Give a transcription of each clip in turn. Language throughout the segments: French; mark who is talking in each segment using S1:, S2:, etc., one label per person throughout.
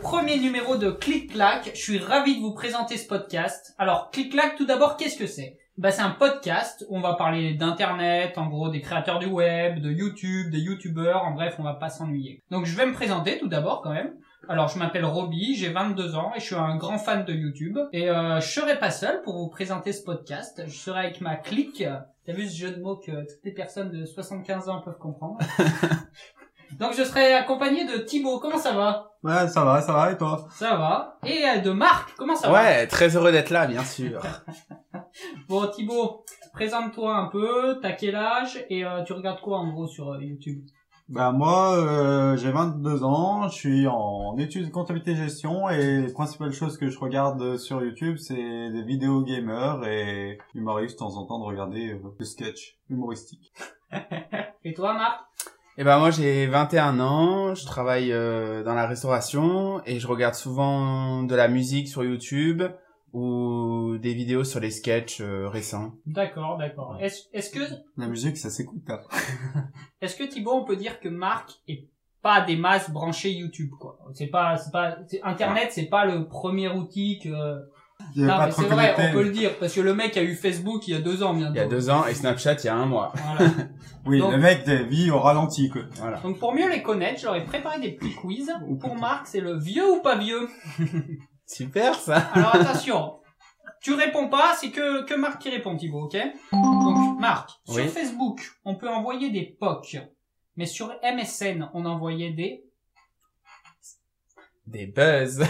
S1: premier numéro de Clic Clac. Je suis ravi de vous présenter ce podcast. Alors, Clic Clac, tout d'abord, qu'est-ce que c'est Bah, c'est un podcast. où On va parler d'internet, en gros, des créateurs du web, de YouTube, des youtubeurs. En bref, on va pas s'ennuyer. Donc, je vais me présenter tout d'abord quand même. Alors, je m'appelle Roby, j'ai 22 ans et je suis un grand fan de YouTube. Et euh, je serai pas seul pour vous présenter ce podcast. Je serai avec ma clique. T'as vu ce jeu de mots que toutes les personnes de 75 ans peuvent comprendre Donc, je serai accompagné de Thibaut. Comment ça va
S2: Ouais, ça va, ça va, et toi
S1: Ça va. Et euh, de Marc, comment ça va
S2: Ouais, très heureux d'être là, bien sûr.
S1: Bon Thibaut, présente-toi un peu, t'as quel âge et euh, tu regardes quoi en gros sur euh, YouTube
S2: bah moi, euh, j'ai 22 ans, je suis en études de comptabilité et gestion et les principales choses que je regarde sur YouTube, c'est des vidéos gamers et il m'arrive de temps en temps de regarder euh, des sketchs humoristiques.
S1: Et toi Marc
S3: Eh ben moi j'ai 21 ans, je travaille euh, dans la restauration et je regarde souvent de la musique sur YouTube ou des vidéos sur les sketchs euh, récents.
S1: D'accord, d'accord. Est-ce est-ce que
S2: La musique, ça s'écoute. hein.
S1: est-ce que Thibaut, on peut dire que Marc est pas des masses branchées YouTube quoi C'est pas c'est pas c'est- internet, c'est pas le premier outil que
S2: Il y a
S1: Non,
S2: pas
S1: mais
S2: trop
S1: c'est vrai,
S2: connecté.
S1: on peut le dire parce que le mec a eu Facebook il y a deux ans bientôt.
S3: Il y a deux ans et Snapchat il y a un mois.
S1: Voilà.
S2: Oui,
S1: Donc-
S2: le mec des vies au ralenti, quoi.
S3: Voilà.
S1: Donc pour mieux les connaître, j'aurais préparé des petits quiz. Pour Marc, c'est le vieux ou pas vieux
S3: Super ça.
S1: Alors attention, tu réponds pas, c'est que, que Marc qui répond, Thibaut, ok Donc Marc, sur
S3: Oui.
S1: Facebook, on peut envoyer des POC, mais sur MSN, on envoyait des...
S3: Des buzz.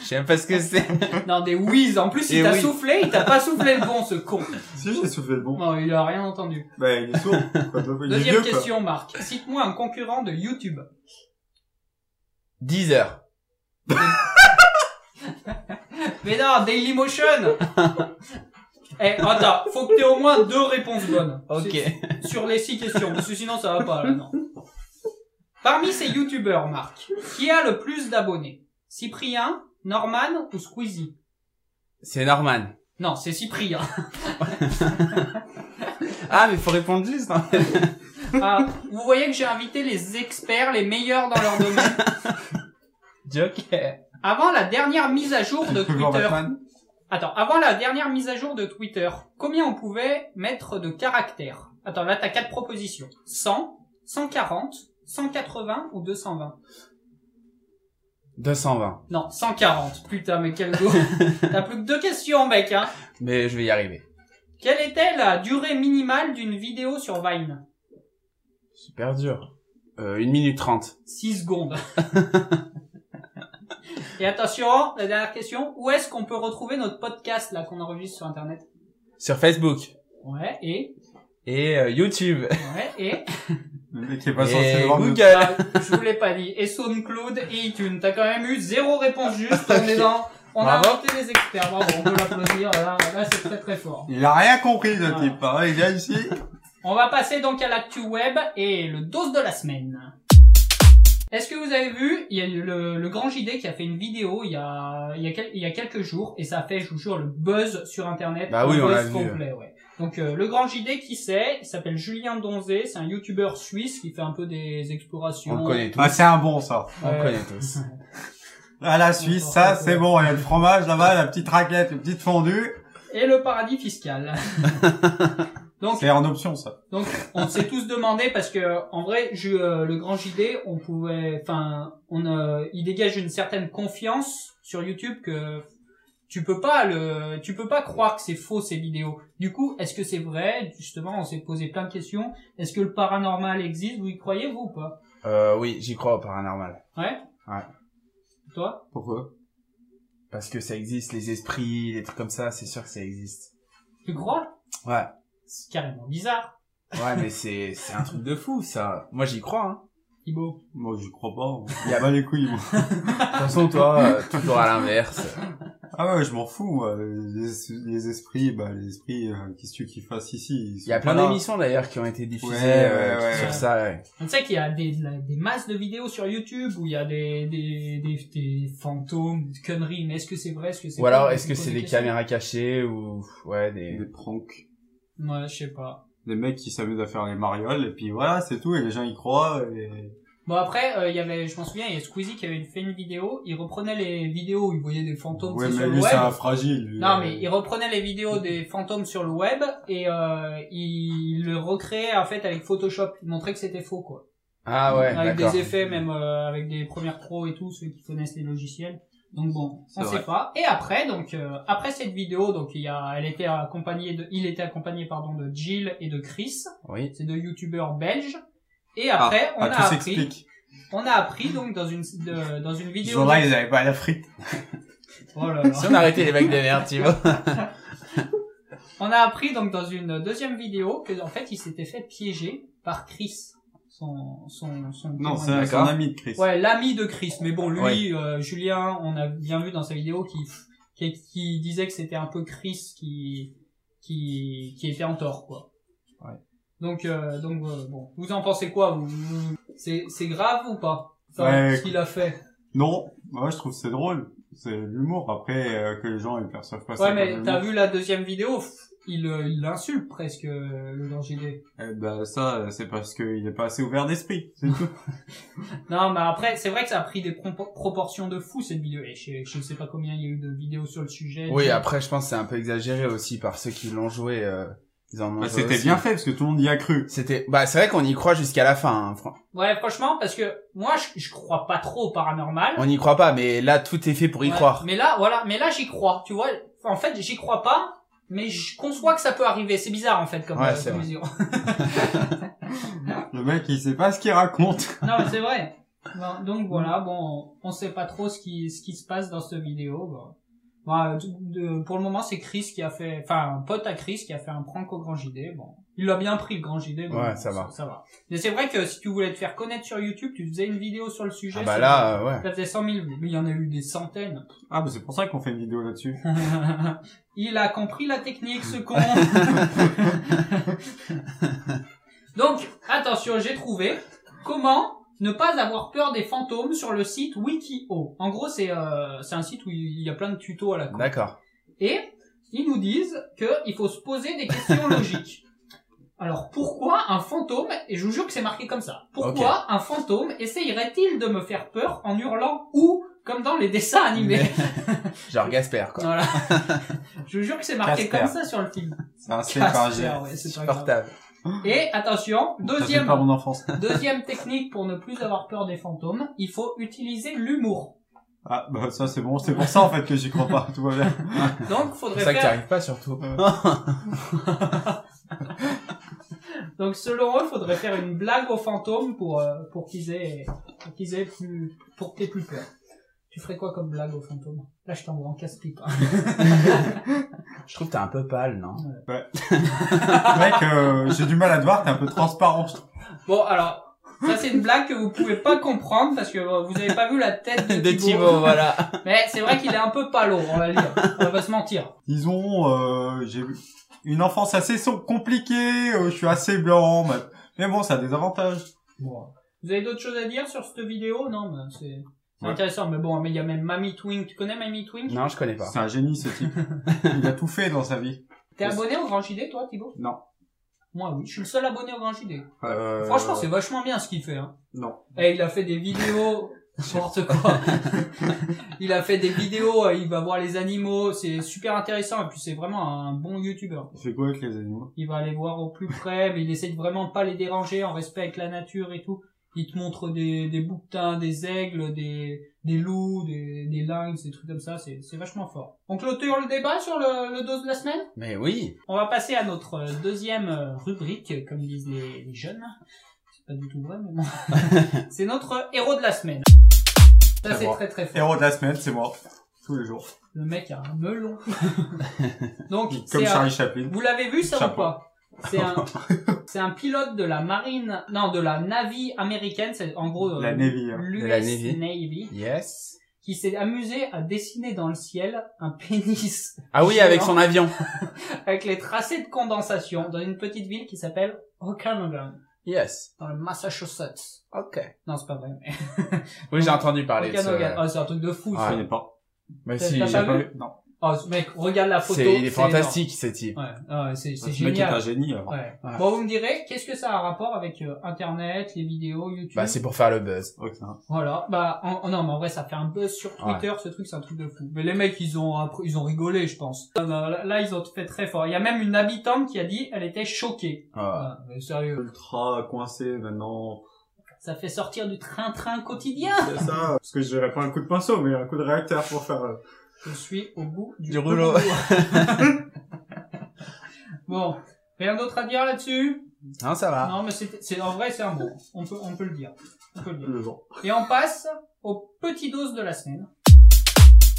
S3: Je sais même pas ce que c'est.
S2: Hein?
S1: Non, des whiz, en plus il
S3: Des
S1: t'a
S3: whiz.
S1: soufflé, il t'a pas soufflé le bon, ce con
S2: Si, j'ai soufflé le bon.
S1: Non, il a rien entendu.
S2: Bah, il est sourd. quoi. Il est
S1: Deuxième
S2: vieux, quoi.
S1: question, Marc, cite-moi un concurrent de YouTube.
S3: 10 heures.
S1: Mais non, Dailymotion Eh, attends, faut que t'aies au moins deux réponses bonnes.
S3: Ok.
S1: Sur- Sur les six questions, parce que sinon ça va pas, là, non. Parmi ces youtubeurs, Marc, qui a le plus d'abonnés Cyprien, Norman ou Squeezie
S3: C'est Norman.
S1: Non, c'est Cyprien.
S3: Ah mais faut répondre juste. hein.
S1: Ah, vous voyez que j'ai invité les experts, les meilleurs dans leur domaine.
S3: Joker.
S1: Avant la dernière mise à jour de
S2: Toujours
S1: Twitter.
S2: Batman.
S1: Attends, avant la dernière mise à jour de Twitter, combien on pouvait mettre de caractères Attends, là t'as quatre propositions. 100, 140, 180 ou 220
S3: 220.
S1: Non, 140. Putain, mais quel go T'as plus que deux questions, mec, hein
S3: Mais je vais y arriver.
S1: Quelle était la durée minimale d'une vidéo sur Vine
S3: Super dur. Euh, 1 minute 30.
S1: 6 secondes. Et attention, la dernière question, où est-ce qu'on peut retrouver notre podcast là qu'on enregistre sur internet
S3: Sur Facebook
S1: Ouais, et
S3: et euh, YouTube.
S1: Ouais, et
S2: Le mec qui est pas
S3: Et
S2: censé voir le-
S3: Google.
S1: Ah, je vous l'ai pas dit. Et SoundCloud et iTunes. T'as quand même eu zéro réponse juste. On est dans, on a
S3: Bravo.
S1: inventé des experts. Bravo, on peut l'applaudir. Là, là c'est très très fort.
S2: Il a rien compris, le
S1: Voilà.
S2: type. Hein. Il vient ici.
S1: On va passer donc à l'actu web et le dose de la semaine. Est-ce que vous avez vu, il y a eu le, le grand JD qui a fait une vidéo il y a, il y a, quel- il y a quelques jours et ça a fait, je vous jure, le buzz sur internet.
S3: Bah
S1: Le
S3: oui, on
S1: buzz
S3: l'a vu.
S1: complet, ouais. Donc euh, le grand JD qui c'est, il s'appelle Julien Donzé, c'est un youtubeur suisse qui fait un peu des explorations.
S3: On le connaît tous.
S2: Ah, c'est un bon, ça.
S3: On
S1: Ouais.
S3: le connaît tous.
S2: À la Suisse, ça, c'est bon. Il y a le fromage là-bas, la petite raclette, une petite fondue.
S1: et le paradis fiscal. donc,
S2: C'est en option, ça.
S1: donc, on s'est tous demandé parce que, en vrai, je, euh, le grand JD, on pouvait, enfin, on, euh, il dégage une certaine confiance sur YouTube que tu peux pas le, tu peux pas croire que c'est faux ces vidéos. Du coup, est-ce que c'est vrai Justement, on s'est posé plein de questions. Est-ce que le paranormal existe Vous y croyez vous ou pas
S3: Euh, oui, j'y crois au paranormal.
S1: Toi
S2: Pourquoi
S3: Parce que ça existe, les esprits, les trucs comme ça, c'est sûr que ça existe.
S1: Tu crois
S3: Ouais.
S1: C'est carrément bizarre.
S3: Ouais, mais c'est, c'est un truc de fou, ça. Moi, j'y crois, hein.
S1: Thibaut.
S2: Moi, j'y crois pas. hein.
S3: Y
S2: Il
S3: a-
S2: a pas les couilles, moi.
S3: De toute façon, toi, euh, toujours à l'inverse.
S2: Ah ouais, je m'en fous. moi. Les, les esprits, bah, les esprits, euh, qu'est-ce que tu veux qu'ils fassent ici Ils
S3: Il y a
S2: sont pas
S3: plein
S2: là.
S3: d'émissions, d'ailleurs, qui ont été diffusées
S2: Ouais,
S3: euh,
S2: ouais, ouais,
S3: sur
S1: ouais.
S3: ça, ouais.
S1: On sait qu'il y a des, la- des masses de vidéos sur YouTube où il y a des, des, des, des fantômes, des conneries, mais est-ce que c'est vrai, est-ce que c'est
S3: Ou alors,
S1: faux
S3: est-ce que c'est des
S1: questions.
S3: caméras cachées ou, ouais, des...
S2: Des pranks.
S1: Ouais, je sais pas.
S2: Des mecs qui s'amusent à faire les marioles, et puis voilà, c'est tout, et les gens y croient, et...
S1: Bon après, euh, il y avait, je m'en souviens, il y a Squeezie qui avait fait une vidéo. Il reprenait les vidéos où il voyait des fantômes
S2: Ouais,
S1: tu sais,
S2: mais
S1: sur le
S2: lui,
S1: web.
S2: c'est un fragile. lui. Ah,
S1: Non mais il reprenait les vidéos des fantômes sur le web et euh, il le recréait en fait avec Photoshop. Il montrait que c'était faux quoi.
S3: Ah ouais,
S1: avec
S3: d'accord.
S1: des effets même euh, avec des premières pros et tout ceux qui connaissent les logiciels donc bon
S3: C'est
S1: on sait
S3: vrai.
S1: pas et après donc euh, après cette vidéo donc il y a elle était accompagnée de il était accompagné pardon de Jill et de Chris
S3: Oui.
S1: c'est deux youtubeurs belges et après on
S2: Ah,
S1: a
S2: tout
S1: appris
S2: s'explique.
S1: on a appris donc dans une de- dans une
S2: Ce
S1: vidéo
S2: jour-là, ils avaient pas la frite.
S1: Oh là là.
S3: Si on arrêtait les mecs des verts, tu vois.
S1: on a appris donc dans une deuxième vidéo que en fait il s'était fait piéger par Chris son son son
S2: Non,
S1: témoin.
S2: c'est son
S3: D'accord.
S2: ami de Chris.
S1: Ouais, l'ami de Chris. Mais bon, lui,
S3: Ouais.
S1: euh, Julien, on a bien vu dans sa vidéo qui qui, qui disait que c'était un peu Chris qui qui qui était en tort, quoi.
S3: Ouais.
S1: Donc euh, donc euh, bon, vous en pensez quoi vous, vous- C'est c'est grave ou pas Enfin,
S2: Ouais,
S1: Ce qu'il a fait.
S2: Non, moi je trouve que c'est drôle. C'est de l'humour. Après, euh, que les gens ils perçoivent pas
S1: ouais,
S2: ça.
S1: mais
S2: comme
S1: t'as
S2: l'humour.
S1: vu la deuxième vidéo pff, Il euh, il l'insulte presque euh, le danger des.
S2: Eh ben, ça, euh, c'est parce qu'il est pas assez ouvert d'esprit. C'est tout.
S1: Non, mais après, c'est vrai que ça a pris des propo- proportions de fou cette vidéo. Et je, je sais pas combien il y a eu de vidéos sur le sujet.
S3: Oui, après, je pense que c'est un peu exagéré aussi par ceux qui l'ont joué. euh, ils en ont
S2: Bah,
S3: joué
S2: C'était
S3: aussi.
S2: bien fait parce que tout le monde y a cru.
S3: C'était, bah, c'est vrai qu'on y croit jusqu'à la fin. hein, fran-
S1: Ouais, franchement, parce que moi, je, je crois pas trop au paranormal.
S3: On n'y croit pas, mais là, tout est fait pour y
S1: Ouais,
S3: croire.
S1: Mais là, voilà, mais là, j'y crois. Tu vois, en fait, j'y crois pas, mais je conçois que ça peut arriver. C'est bizarre, en fait, comme
S3: Ouais,
S1: euh,
S3: c'est vrai.
S1: vision.
S2: Le mec, il sait pas ce qu'il raconte.
S1: non, mais c'est vrai. Bon, donc voilà, bon, on sait pas trop ce qui, ce qui se passe dans cette vidéo. Bon. Bon, euh, tout- de- pour le moment, c'est Chris qui a fait, enfin, un pote à Chris qui a fait un prank au Grand JD. Bon, il l'a bien pris le Grand JD. donc
S3: Ouais, ça va.
S1: Ça va. Mais c'est vrai que si tu voulais te faire connaître sur YouTube, tu faisais une vidéo sur le sujet.
S3: Ah bah
S1: ça-
S3: là, euh, ouais.
S1: ça faisait 100 000 vues. Mais il y en a eu des centaines.
S2: Ah, bah c'est pour ça qu'on fait une vidéo là-dessus.
S1: Il a compris la technique, ce con. Donc, attention, j'ai trouvé comment ne pas avoir peur des fantômes sur le site Wikio. En gros, c'est euh, c'est un site où il y a plein de tutos à la con.
S3: D'accord.
S1: Et ils nous disent que il faut se poser des questions logiques. Alors pourquoi un fantôme, et je vous jure que c'est marqué comme ça, pourquoi un fantôme essayerait-il de me faire peur en hurlant ou comme dans les dessins
S3: Ah,
S1: animés
S3: Genre Gasper, quoi.
S1: voilà. je vous jure que c'est marqué
S2: Casper.
S1: comme ça sur le film.
S2: C'est un C par G.
S1: Casper, ouais, c'est pas grave.
S3: Ah, Portable.
S1: Et attention,
S2: Ça fait pas
S1: deuxième,
S2: mon enfance.
S1: deuxième technique pour ne plus avoir peur des fantômes, il faut utiliser l'humour.
S2: Ah, bah ça c'est bon. C'est pour ça en fait que j'y crois pas. Tout va bien.
S1: Donc,
S3: C'est
S1: faudrait
S3: ça que t'y
S1: faire,
S3: arrives pas, surtout.
S1: donc selon eux, faudrait faire une blague aux fantômes pour, euh, pour qu'ils aient, pour qu'ils aient plus, pour que t'aies plus peur. Tu ferais quoi comme blague aux fantômes? Là, je t'envoie en casse-pipe. hein.
S3: Je trouve que t'es un peu pâle, non
S2: Mec, euh, j'ai du mal à te voir. T'es un peu transparent. je trouve.
S1: Bon, alors, ça, c'est une blague que vous pouvez pas comprendre parce que euh, vous avez pas vu la tête de,
S3: De
S1: Thibaut.
S3: Thibaut, voilà.
S1: Mais c'est vrai qu'il est un peu palo, on va le dire. On va pas se mentir.
S2: Disons, euh, j'ai eu une enfance assez so- compliquée. euh, je suis assez blanc. Mais, mais bon, ça a des avantages.
S1: Bon. Vous avez d'autres choses à dire sur cette vidéo Non, mais c'est c'est
S2: Ouais.
S1: intéressant. Mais bon, mais il y a même Mamie Twink. Tu connais Mamie Twink
S3: Non, je connais pas.
S2: C'est un génie ce type. Il a tout fait dans sa vie.
S1: T'es abonné au Grand JD, toi, Thibaut
S2: Non.
S1: Moi, oui. Je suis le seul abonné au Grand JD.
S3: Euh,
S1: Franchement, c'est vachement bien ce qu'il fait. Hein.
S2: Non.
S1: Et il a fait des vidéos. N'importe quoi. il a fait des vidéos, euh, il va voir les animaux, c'est super intéressant et puis c'est vraiment un bon youtubeur.
S2: Il fait quoi avec les animaux
S1: Il va aller voir au plus près, mais il essaie de vraiment pas les déranger en respect avec la nature et tout. Il te montre des, des bouquetins, des aigles, des, des loups, des, des lynx, des trucs comme ça. C'est, c'est vachement fort. On clôture le débat sur le, le dose de la semaine
S3: Mais oui.
S1: On va passer à notre euh, deuxième euh, rubrique, comme disent les, les jeunes. C'est pas du tout vrai, mais bon. c'est notre héros de la semaine. Ça,
S3: Très
S1: c'est
S3: bon.
S1: très très fort.
S2: Héros de la semaine, c'est moi. Tous les jours.
S1: Le mec a un melon. Donc,
S2: Comme
S1: c'est un-
S2: Charlie Chaplin.
S1: vous l'avez vu ça ou
S2: Chapeau.
S1: pas C'est un, c'est un pilote de la marine, non de la navy américaine, c'est en gros euh,
S2: La Navy. hein.
S1: l'US
S3: De la Navy.
S1: Navy,
S3: Yes.
S1: qui s'est amusé à dessiner dans le ciel un pénis
S3: Ah oui, avec son avion.
S1: avec les tracés de condensation dans une petite ville qui s'appelle Okanogan,
S3: Yes.
S1: dans le Massachusetts.
S3: Ok.
S1: Non, c'est pas vrai. mais-
S3: Oui, j'ai entendu parler de
S1: Okanogan,
S3: ça.
S1: Ah, c'est un truc de fou.
S2: Je
S1: ça.
S3: Ouais.
S2: connais pas.
S3: Mais
S1: T'as-
S3: si,
S1: t'as
S3: j'ai
S1: pas
S3: pas
S1: vu
S3: vu.
S2: Non.
S1: Oh, ce mec, regarde la photo.
S3: C'est, il est
S1: c'est
S3: fantastique, cet type.
S1: énorme. Ouais, ah ouais, c'est, c'est
S2: Ce mec est un
S1: génial.
S2: génie. alors.
S1: Ouais.
S3: Ouais.
S1: Bon, vous me direz, qu'est-ce que ça a un rapport avec euh, Internet, les vidéos, YouTube
S3: Bah, c'est pour faire le buzz.
S2: Ok. hein.
S1: Voilà. Bah, en- en- non, mais en vrai, ça fait un buzz sur Twitter. Ce truc, c'est un truc de fou. Mais les mecs, ils ont, appr- ils ont rigolé, je pense. Là, là, là, ils ont fait très fort. Il y a même une habitante qui a dit, elle était choquée.
S3: Ah.
S1: Ah, mais sérieux.
S2: Ultra coincé maintenant.
S1: Ça fait sortir du train-train quotidien.
S2: C'est ça. Parce que je dirais pas un coup de pinceau, mais un coup de réacteur pour faire. euh,
S1: Je suis au bout du,
S3: Du rouleau.
S1: rouleau. bon. Rien d'autre à dire là-dessus?
S3: Non, ça va.
S1: Non, mais c'est, c'est- en vrai, c'est un bon. On peut, on peut le dire. On peut le dire.
S2: Le genre.
S1: Et on passe aux petits doses de la semaine.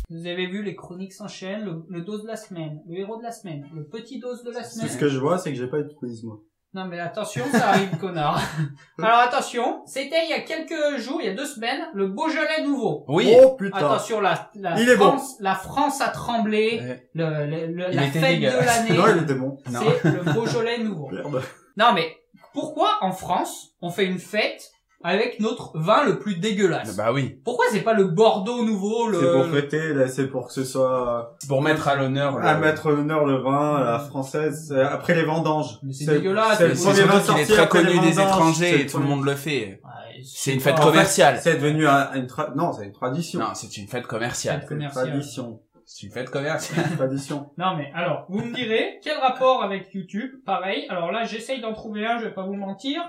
S1: Vous avez vu, les chroniques s'enchaînent, le, le dose de la semaine, le héros de la semaine, le petit dose de la
S2: Tout ce
S1: semaine.
S2: que je vois, c'est que j'ai pas eu de quiz, moi.
S1: Non mais attention, ça arrive, connard. Alors attention, c'était il y a quelques jours, il y a deux semaines, le Beaujolais nouveau.
S3: Oui.
S2: Oh putain.
S1: Attention, la, la
S2: Il est bon.
S1: France, la France a tremblé,
S3: Ouais.
S1: le, le- le-
S3: Il
S1: la
S3: était
S1: fête de
S3: dégueulasse.
S2: Non, il
S1: l'année,
S2: était bon.
S3: Non.
S1: c'est le Beaujolais nouveau.
S2: Merde.
S1: Non mais, pourquoi en France, on fait une fête avec notre vin le plus dégueulasse
S3: Bah oui.
S1: Pourquoi c'est pas le Bordeaux nouveau le...
S2: C'est pour
S1: le-
S2: fêter, là, c'est pour que ce soit
S3: C'est Pour mettre à l'honneur.
S2: à
S3: le-
S2: mettre à l'honneur le vin à la française euh, après les vendanges.
S1: Mais c'est dégueulasse,
S2: C'est le
S1: mais
S3: C'est
S1: Premier
S2: premier
S3: surtout
S2: vin
S3: qu'il est
S2: sorti
S3: très
S2: après les
S3: connu des
S2: vendanges, c'est
S3: étrangers et tout le
S2: premier-
S3: monde le fait.
S1: Ouais,
S3: C'est une
S1: pas-
S3: fête commerciale.
S2: C'est devenu un- une tra- non, c'est une tradition.
S3: Non, c'est une fête commerciale.
S2: c'est une
S1: Commercial.
S2: tradition.
S3: C'est une fête commerciale.
S2: C'est une tradition.
S1: Non mais alors, vous me direz, quel rapport avec YouTube Pareil, alors là j'essaye d'en trouver un, je vais pas vous mentir.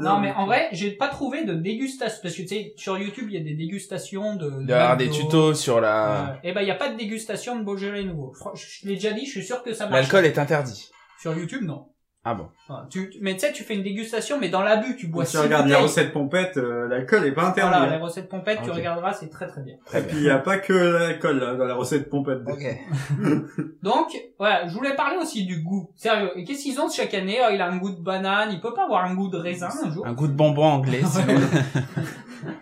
S1: non mais en vrai, j'ai pas trouvé de dégustation, parce que tu sais, sur YouTube il y a des dégustations de...
S3: Il doit y avoir des
S1: McDo.
S3: tutos sur la...
S1: Ouais. Eh ben il y a pas de dégustation de Beaujolais nouveau. Fr- Je je l'ai déjà dit, je suis sûr que ça marche.
S3: L'alcool est interdit.
S1: Sur YouTube non.
S3: Ah bon.
S1: Enfin, tu, tu- mais tu sais, tu fais une dégustation, mais dans l'abus, tu bois
S2: Si tu
S1: six
S2: regardes les
S1: bouteilles.
S2: recettes pompettes, euh, l'alcool est pas interdit.
S1: Voilà, les
S2: hein.
S1: recettes pompettes, tu
S3: Ok.
S1: regarderas, c'est très très bien.
S3: Très
S2: Et puis il y a pas que l'alcool hein, dans la recette pompette.
S1: Donc, voilà, je voulais parler aussi du goût. Sérieux, et qu'est-ce qu'ils ont chaque année Oh, Il a un goût de banane, il peut pas avoir un goût de raisin un jour
S2: Ah,
S3: Un goût de bonbon anglais. sinon.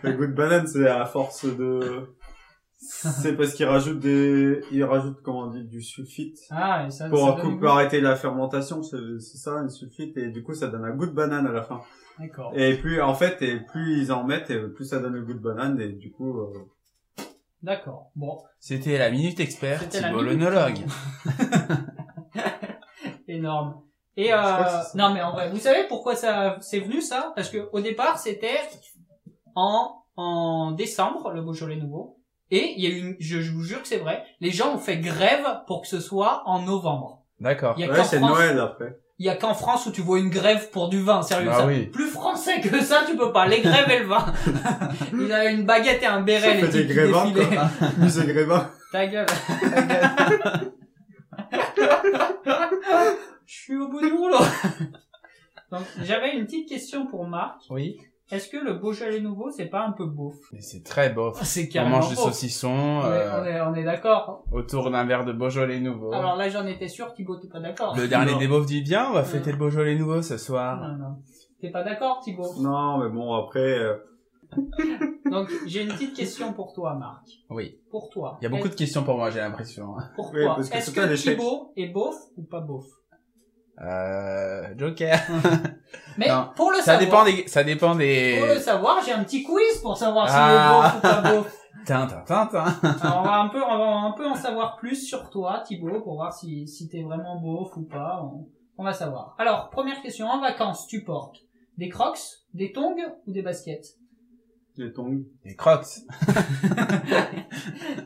S2: Le goût de banane, c'est à force de. C'est parce qu'ils rajoutent des, ils rajoutent comment on dit du sulfite
S1: Ah, et ça, ça
S2: pour,
S1: donne
S2: couper-
S1: goût.
S2: arrêter la fermentation, c'est c'est ça, une sulfite et du coup ça donne un goût de banane à la fin.
S1: D'accord.
S2: Et plus en fait, et plus ils en mettent, et plus ça donne le goût de banane et du coup. euh,
S1: D'accord. Bon,
S3: C'était la minute experte,
S1: C'était la
S3: Thibault
S1: minute.
S3: l'onologue.
S1: énorme. Et
S2: Je
S1: euh,
S2: crois que c'est ça.
S1: non mais en vrai, vous savez pourquoi ça c'est venu ça Parce que au départ, c'était en en décembre le Beaujolais nouveau et il y a eu une, je, je vous jure que c'est vrai, les gens ont fait grève pour que ce soit en novembre.
S3: D'accord.
S1: Il y a
S2: Ouais,
S1: qu'en
S2: c'est
S1: France,
S2: Noël après.
S1: il y a qu'en France où tu vois une grève pour du vin, sérieux ça.
S3: Ah oui.
S1: Plus français que ça, tu peux pas. Les grèves et le vin. Il a une baguette et un
S2: Ça
S1: béret, les
S2: fait des hein.
S1: types qui
S2: grévins,
S1: défilaient.
S2: quoi. Musée Grévin.
S1: Ta gueule. Je suis au bout du rouleau. Donc, j'avais une petite question pour Marc.
S3: Oui.
S1: Est-ce que le Beaujolais nouveau, c'est pas un peu beauf
S3: Mais Ah, c'est très beau.
S1: C'est
S3: On
S1: carrément
S3: mange des
S1: beauf.
S3: saucissons
S1: On est-
S3: euh,
S1: on est, on est d'accord.
S3: autour d'un verre de Beaujolais nouveau.
S1: Alors là, j'en étais sûr, Thibaut, t'es pas d'accord.
S3: Le dernier
S2: Non.
S3: des beaufs dit bien, on va fêter le Beaujolais nouveau ce soir.
S1: Non, non. T'es pas d'accord, Thibaut.
S2: Non, mais bon après. euh,
S1: Donc, j'ai une petite question pour toi, Marc.
S3: Oui.
S1: Pour toi.
S3: Il y a beaucoup de questions pour moi, j'ai l'impression.
S1: Pourquoi
S2: Oui, parce que
S1: Est-ce
S2: c'est toi
S1: que
S2: l'échec.
S1: Thibaut est beauf ou pas beauf
S3: Euh, Joker.
S1: Mais
S3: Non,
S1: pour le
S3: Ça
S1: savoir,
S3: dépend des, ça dépend
S1: pour le
S3: des...
S1: savoir, j'ai un petit quiz pour savoir s'il est
S3: Ah.
S1: beauf ou pas beauf.
S3: Tintin, tintin.
S1: Alors, on va un peu, on va un peu en savoir plus sur toi, Thibaut, pour voir si, si t'es vraiment beauf ou pas. On, on va savoir. Alors, première question. En vacances, tu portes des crocs, des tongs ou des baskets
S2: des tongs.
S3: Les crocs.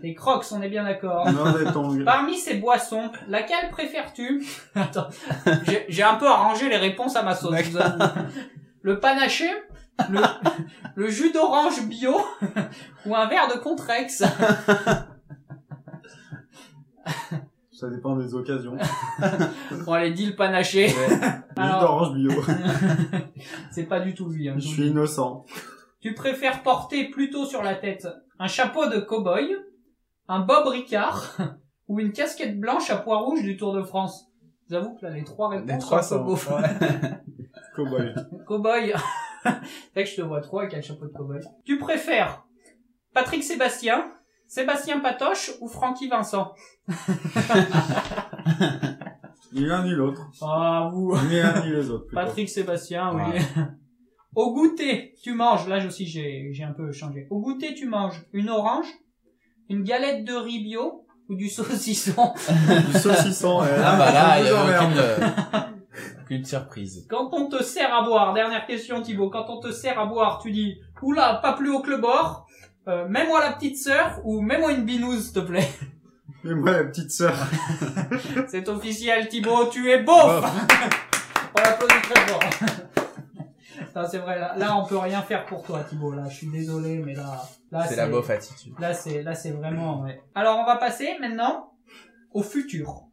S1: Des crocs, on est bien d'accord.
S2: Non, des tongs.
S1: Parmi ces boissons, laquelle préfères-tu Attends, j'ai- j'ai un peu arrangé les réponses à ma sauce. je vous avoue. Le panaché, le, le jus d'orange bio ou un verre de Contrex
S2: Ça dépend des occasions.
S1: Bon allez, dis le panaché.
S2: Juste
S1: Alors,
S2: d'orange bio.
S1: c'est pas du tout lui. hein,
S2: Je
S1: je vous
S2: suis
S1: le dis.
S2: innocent.
S1: Tu préfères porter plutôt sur la tête un chapeau de cow-boy, un bob Ricard ou une casquette blanche à pois rouge du Tour de France J'avoue que là, les trois réponses
S3: Les trois
S1: sont un peu
S3: sont
S1: beaufs.
S3: beaux.
S2: Cowboy.
S1: Cowboy. Fait que je te vois trop avec un chapeau de cowboy. Tu préfères Patrick Sébastien, Sébastien Patoche ou Francky Vincent
S2: Ni l'un ni l'autre.
S1: Ah vous.
S2: Ni l'un ni les autres. plutôt.
S1: Patrick Sébastien, oui. Au goûter, tu manges. Là aussi, j'ai j'ai un peu changé. Au goûter, tu manges une orange, une galette de riz bio ou du saucisson.
S2: Du saucisson. euh,
S3: Ah bah là,
S2: je
S3: il y
S2: vous
S3: a
S2: emmerde.
S3: aucune, euh, aucune surprise.
S1: Quand on te sert à boire, dernière question Thibaut, quand on te sert à boire, tu dis oula, pas plus haut que le bord, euh, mets-moi la petite sœur ou mets-moi une binouse s'il te plaît.
S2: Et moi, la petite sœur.
S3: Ah,
S1: C'est officiel Thibaut, tu es beauf. On l'applaudit très fort. Non, c'est vrai, là, là on peut rien faire pour toi Thibaut, là je suis désolé mais là... là
S3: Ah, C'est la bof attitude.
S1: Là c'est là c'est vraiment ouais. Alors on va passer maintenant au futur.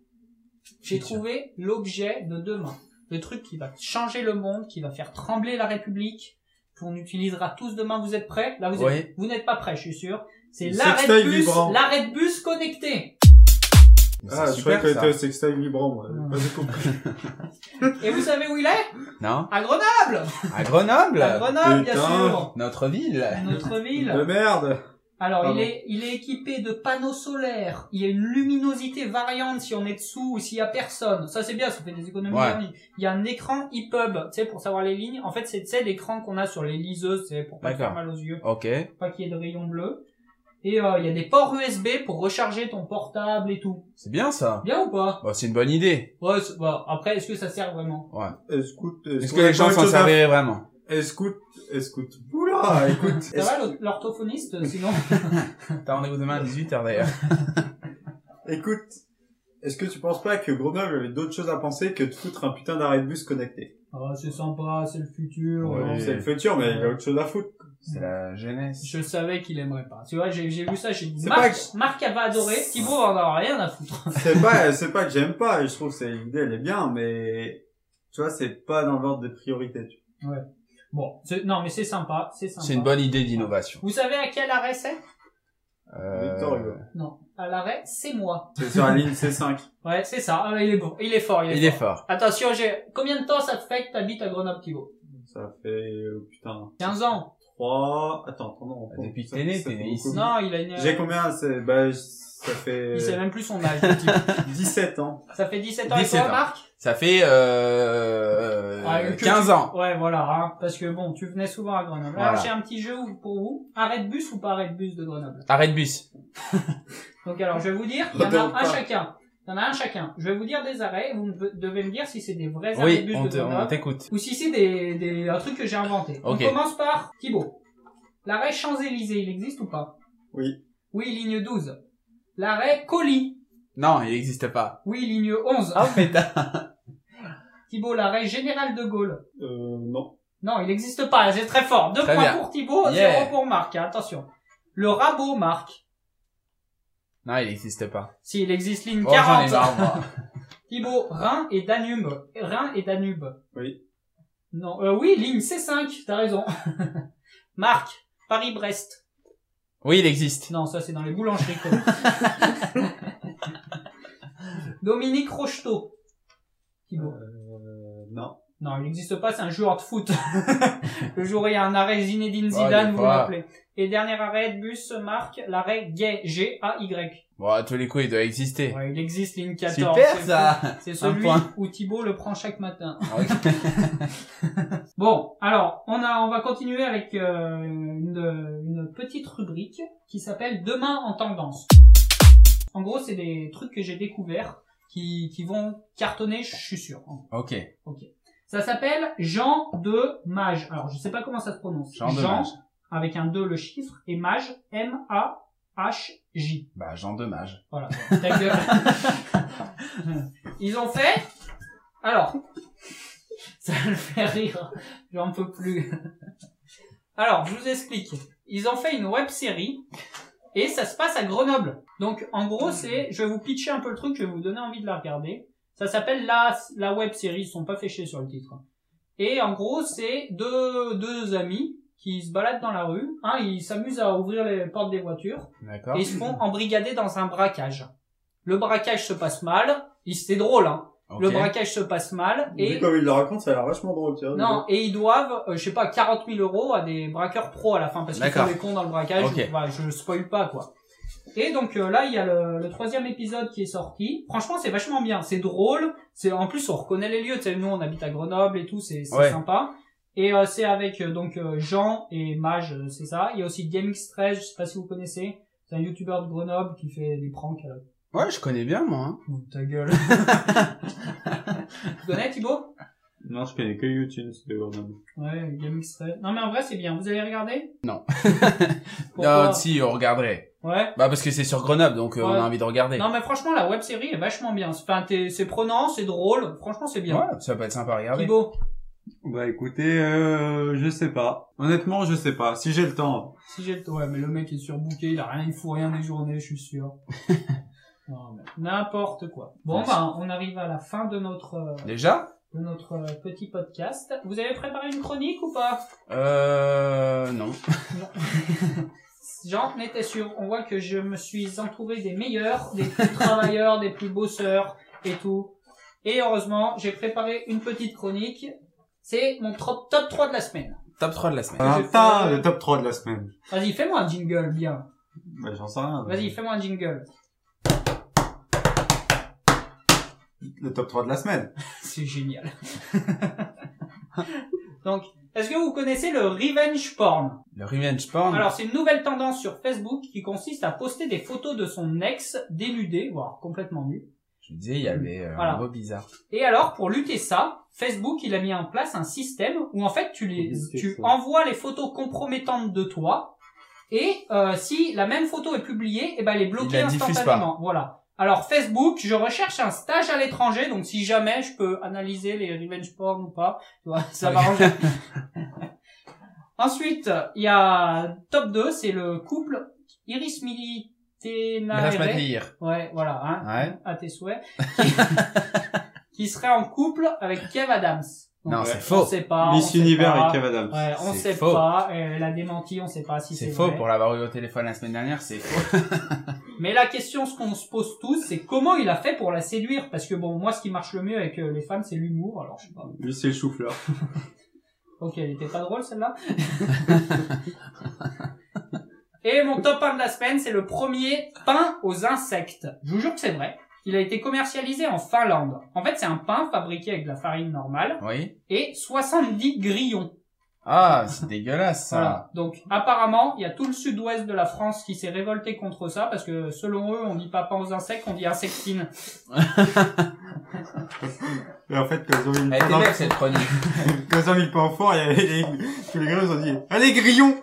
S1: J'ai
S3: Futur.
S1: trouvé l'objet de demain, le truc qui va changer le monde, qui va faire trembler la République, qu'on utilisera tous demain. Vous êtes prêts Là vous êtes-
S3: Oui.
S1: vous n'êtes pas prêts, je suis sûr. C'est
S2: Le
S1: l'arrêt de
S2: sextoy
S1: bus,
S2: vibrant.
S1: l'arrêt de bus connecté.
S2: Ah,
S3: C'est
S2: je croyais
S3: super
S2: que
S3: ça. Ah.
S2: t'étais au sextoy vibrant, moi.
S1: Non.
S2: Pas du tout.
S1: Et vous savez où il est
S3: Non
S1: À Grenoble.
S3: À Grenoble
S1: À Grenoble, bien
S2: Putain.
S1: sûr.
S3: Notre ville
S1: Notre
S2: De
S1: ville.
S2: merde.
S1: Alors,
S2: Pardon.
S1: il est, il est équipé de panneaux solaires. Il y a une luminosité variante si on est dessous ou s'il y a personne. Ça, c'est bien, ça fait des économies
S3: Ouais.
S1: d'énergie. Il y a un écran E EPUB, tu sais, pour savoir les lignes. En fait, c'est, tu sais, l'écran qu'on a sur les liseuses, c'est pour pas te
S3: D'accord.
S1: faire mal aux yeux,
S3: Ok.
S1: pour pas qu'il y ait de rayons bleus. Et euh, il y a des ports USB pour recharger ton portable et tout.
S3: C'est bien ça.
S1: Bien ou pas
S3: Bon, c'est une bonne idée.
S1: Ouais, c'est- bah, après, est-ce que ça sert vraiment
S2: Escoute,
S3: Est-ce que les gens s'en serviraient vraiment
S2: Escoute, escoute. Oula, écoute.
S1: Ça va, l'or- l'orthophoniste, sinon
S3: T'as rendez-vous demain à 18h d'ailleurs.
S2: Écoute, est-ce que tu penses pas que Grenoble avait d'autres choses à penser que de foutre un putain d'arrêt de bus connecté
S1: Ah, C'est sympa, c'est le futur.
S3: Ouais.
S1: euh,
S2: C'est le futur, mais il y a autre chose à foutre.
S3: C'est la jeunesse.
S1: Je savais qu'il aimerait pas. Tu vois, j'ai j'ai vu ça, j'ai dit
S2: C'est
S1: Marc,
S2: pas
S1: Marc elle va adorer, Thibaut va en avoir rien à foutre.
S2: C'est pas, c'est pas que j'aime pas. Je trouve que c'est- l'idée, elle est bien, mais tu vois, c'est pas dans l'ordre des priorités. tu
S1: Bon, c'est- non mais c'est sympa, c'est sympa.
S3: C'est une bonne idée d'innovation. Euh,
S1: Vous savez à quel arrêt c'est
S2: vois. Victor Hugo.
S1: Non, à l'arrêt, c'est moi.
S2: C'est sur la ligne C5.
S1: Ouais, c'est ça. Ah, il est bon, il est fort, il est,
S3: il est
S1: fort.
S3: fort.
S1: Attention, j'ai combien de temps ça te fait que t'habites à Grenoble, Thibaut
S2: Ça fait, euh, putain,
S1: 15 ans.
S2: 3... Attends, attends, non.
S3: Bah, depuis que
S2: ça-
S3: t'es né,
S2: ça
S3: t'es
S2: fait
S3: né
S2: beaucoup.
S3: ici.
S1: Non, il a une.
S2: J'ai combien c'est- Bah, ça fait
S1: Il
S3: Euh,
S1: sait même plus son âge. le type.
S2: 17 ans.
S1: ça fait 17 ans
S3: 17
S1: et toi,
S3: ans.
S1: Marc
S3: Ça fait euh,
S1: Ah,
S3: euh,
S1: que
S3: 15
S1: tu-
S3: ans.
S1: Ouais, voilà, hein, parce que bon, tu venais souvent à Grenoble.
S3: Voilà.
S1: Alors j'ai un petit jeu pour vous. Arrêt de bus ou pas arrêt de bus de Grenoble
S3: Arrête bus.
S1: Donc alors, je vais vous dire, il y en
S2: Regarde
S1: a un
S2: pas.
S1: chacun. Il y en a un chacun. Je vais vous dire des arrêts, vous me- devez me dire si c'est des vrais arrêts de
S3: Oui,
S1: bus
S3: on
S1: de
S3: te- on
S1: Grenoble
S3: t'écoute.
S1: ou si c'est des, des, un truc que j'ai inventé.
S3: Ok.
S1: On commence par Thibaut. L'arrêt Champs-Élysées, il existe ou pas
S2: Oui.
S1: Oui, ligne 12. L'arrêt Colis.
S3: Non, il n'existe pas.
S1: Oui, ligne 11.
S3: Ah, pétard.
S1: Thibaut, l'arrêt Général de Gaulle.
S2: Euh, non.
S1: Non, il n'existe pas, c'est très fort. Deux
S3: Très
S1: points
S3: bien.
S1: pour Thibaut,
S3: Yeah.
S1: zéro pour Marc, hein, attention. Le Rabot, Marc.
S3: Non, il n'existe pas.
S1: Si, il existe ligne
S3: Oh, j'en
S1: 40.
S3: ai marre, moi.
S1: Thibaut, Rhin et Danube. Rhin et Danube.
S2: Oui.
S1: Non, euh, oui, ligne C5, t'as raison. Marc, Paris-Brest.
S3: Oui, il existe.
S1: Non, ça c'est dans les boulangeries. quoi. Dominique Rocheteau. Thibaut.
S2: Euh, non.
S1: Non, il n'existe pas, c'est un joueur de foot. Le jour où il y a un arrêt Zinedine
S3: Oh, il est
S1: Zidane, vous
S3: pas.
S1: m'appelez. Et dernier arrêt de bus, Marc, l'arrêt Gay, G-A-Y.
S3: Bon, à tous les coups, il doit exister.
S1: Ouais, il existe, ligne 14.
S3: Super,
S1: c'est
S3: ça
S1: fou. C'est celui
S3: point.
S1: où Thibaut le prend chaque matin.
S3: Ok.
S1: Bon, alors on a, on va continuer avec euh, une, une petite rubrique qui s'appelle Demain en tendance. En gros, c'est des trucs que j'ai découverts qui, qui vont cartonner, je suis sûr.
S3: Ok.
S1: Ça s'appelle Jean de Mage. Alors, je sais pas comment ça se prononce.
S3: Jean de Mage.
S1: avec un 2 le chiffre et Mage M A H J.
S3: Bah, Jean Dommage.
S1: Voilà. Ta gueule. Ils ont fait. Alors, ça me fait rire. J'en peux plus. Alors, je vous explique. Ils ont fait une web série et ça se passe à Grenoble. Donc, en gros, c'est, je vais vous pitcher un peu le truc, je vais vous donner envie de la regarder. Ça s'appelle la, la web série. Ils se sont pas fait chier sur le titre. Et en gros, c'est deux, deux amis qui se baladent dans la rue. Un, ils s'amusent à ouvrir les portes des voitures
S3: D'accord.
S1: et ils se font embrigader dans un braquage. Le braquage se passe mal, il- c'est drôle, hein.
S3: Ok.
S1: Le braquage se passe mal
S2: Vu
S1: et
S2: comme il le raconte, ça a l'air vachement drôle, tu vois.
S1: non et ils doivent, euh, je sais pas, 40 000 euros à des braqueurs pros à la fin parce qu'ils
S3: D'accord.
S1: sont des cons dans le braquage.
S3: Ok.
S1: Enfin, je spoil pas quoi. Et donc euh, là il y a le, le troisième épisode qui est sorti. Franchement c'est vachement bien, c'est drôle. C'est en plus on reconnaît les lieux. Tu sais, nous on habite à Grenoble et tout, c'est c'est
S3: Ouais.
S1: sympa. Et euh, c'est avec euh, donc euh, Jean et Mage, euh, c'est ça. Il y a aussi GameX13, je sais pas si vous connaissez. C'est un youtubeur de Grenoble qui fait des pranks à la
S3: Ouais, je connais bien, moi. hein.
S1: Bon, ta gueule. tu connais Thibaut
S2: Non, je connais que YouTube, c'est de Grenoble.
S1: Ouais, Game Extrait. Non mais en vrai c'est bien. Vous avez regardé
S3: Non.
S1: Pourquoi
S3: Non, si, on regarderait.
S1: Ouais.
S3: Bah, parce que c'est sur Grenoble, donc euh, on
S1: Ouais.
S3: a envie de regarder.
S1: Non mais franchement la web série est vachement bien. C'est- Enfin, t'es- c'est prenant, c'est drôle. Franchement c'est bien.
S3: Ouais, ça peut être sympa à regarder.
S1: Thibaut,
S2: Bah écoutez, euh, je sais pas. Honnêtement, je sais pas. Si j'ai le temps.
S1: si j'ai le temps- ouais mais le mec est surbooké, il a rien, il fout rien des journées, je suis sûr. non mais n'importe quoi. Bon
S3: Merci.
S1: bah on arrive à la fin de notre euh,
S3: Déjà
S1: de notre euh, petit podcast. Vous avez préparé une chronique ou pas
S3: Euh... Non.
S1: J'en étais sûr. On voit que je me suis en trouvé des meilleurs, des plus travailleurs, des plus bosseurs et tout. Et heureusement, j'ai préparé une petite chronique. C'est mon trop- top 3 de la semaine.
S3: Top 3 de la semaine.
S2: Ah,
S1: j'ai
S2: putain,
S1: fait-
S2: le top 3 de la semaine.
S1: Vas-y, fais-moi un jingle, bien.
S2: Bah j'en sais rien.
S1: Vas-y, fais-moi un jingle.
S2: Le top 3 de la semaine.
S1: C'est génial. Donc, est-ce que vous connaissez le revenge porn
S3: Le revenge porn.
S1: Alors, c'est une nouvelle tendance sur Facebook qui consiste à poster des photos de son ex dénudé, voire complètement nu,
S3: Je me disais, il y avait euh,
S1: Voilà.
S3: un mot bizarre.
S1: Et alors, pour lutter ça, Facebook, il a mis en place un système où en fait, tu les,
S2: Lutter
S1: tu
S2: ça.
S1: envoies les photos compromettantes de toi, et euh, si la même photo est publiée, eh ben, elle est bloquée
S3: la diffuse
S1: instantanément. Voilà. Alors Facebook, je recherche un stage à l'étranger, donc si jamais je peux analyser les revenge porn ou pas, tu vois, ça
S3: Ah
S1: va
S3: oui.
S1: arranger. Ensuite, il y a top 2, c'est le couple Iris
S3: Grâce à
S1: Militenare.
S3: lire.
S1: Ouais, voilà, hein,
S3: Ouais.
S1: à tes souhaits, qui, qui serait en couple avec Kev Adams. Donc, euh,
S3: Non,
S2: Ouais.
S3: c'est
S1: on
S3: faux.
S1: sait pas. Bah, on
S2: Miss
S1: sait
S2: Univers
S1: pas.
S2: et Kev Adams.
S1: Ouais, on
S3: C'est
S1: sait
S3: faux.
S1: pas. euh, Elle a démenti, on sait pas si c'est
S3: C'est faux
S1: vrai.
S3: pour l'avoir eu au téléphone la semaine dernière, c'est faux.
S1: Mais la question, ce qu'on se pose tous, c'est comment il a fait pour la séduire Parce que bon, moi, ce qui marche le mieux avec euh, les femmes, c'est l'humour. Alors, je sais pas.
S2: Lui c'est le chou-fleur.
S1: Ok, elle était pas drôle celle-là. Et mon top 1 de la semaine, c'est le premier pain aux insectes. Je vous jure que c'est vrai. Il a été commercialisé en Finlande. En fait, c'est un pain fabriqué avec de la farine normale
S3: Oui.
S1: et 70 grillons.
S3: Ah, c'est dégueulasse, ça.
S1: Voilà. Donc, apparemment, il y a tout le sud-ouest de la France qui s'est révolté contre ça parce que selon eux, on dit pas pain aux insectes, on dit insectine.
S2: Et en fait, quand ils ont mis
S3: Elle était belle,
S2: le
S3: cette chronique.
S2: quand ils ont mis le point fort, il y avait les... tous les gars ils ont dit Allez grillons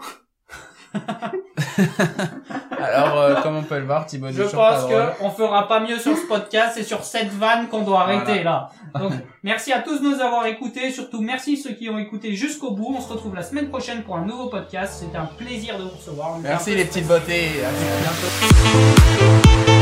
S3: Alors, euh, comme on peut le voir, Thibaut
S1: Je
S3: n'est toujours pas
S1: pense
S3: drôle.
S1: que on fera pas mieux sur ce podcast, c'est sur cette vanne qu'on doit arrêter là. Donc merci à tous de nous avoir écoutés, surtout merci ceux qui ont écouté jusqu'au bout. On se retrouve la semaine prochaine pour un nouveau podcast. C'était un plaisir de vous recevoir. On était un
S3: Merci
S1: peu
S3: les petites beautés. À bientôt.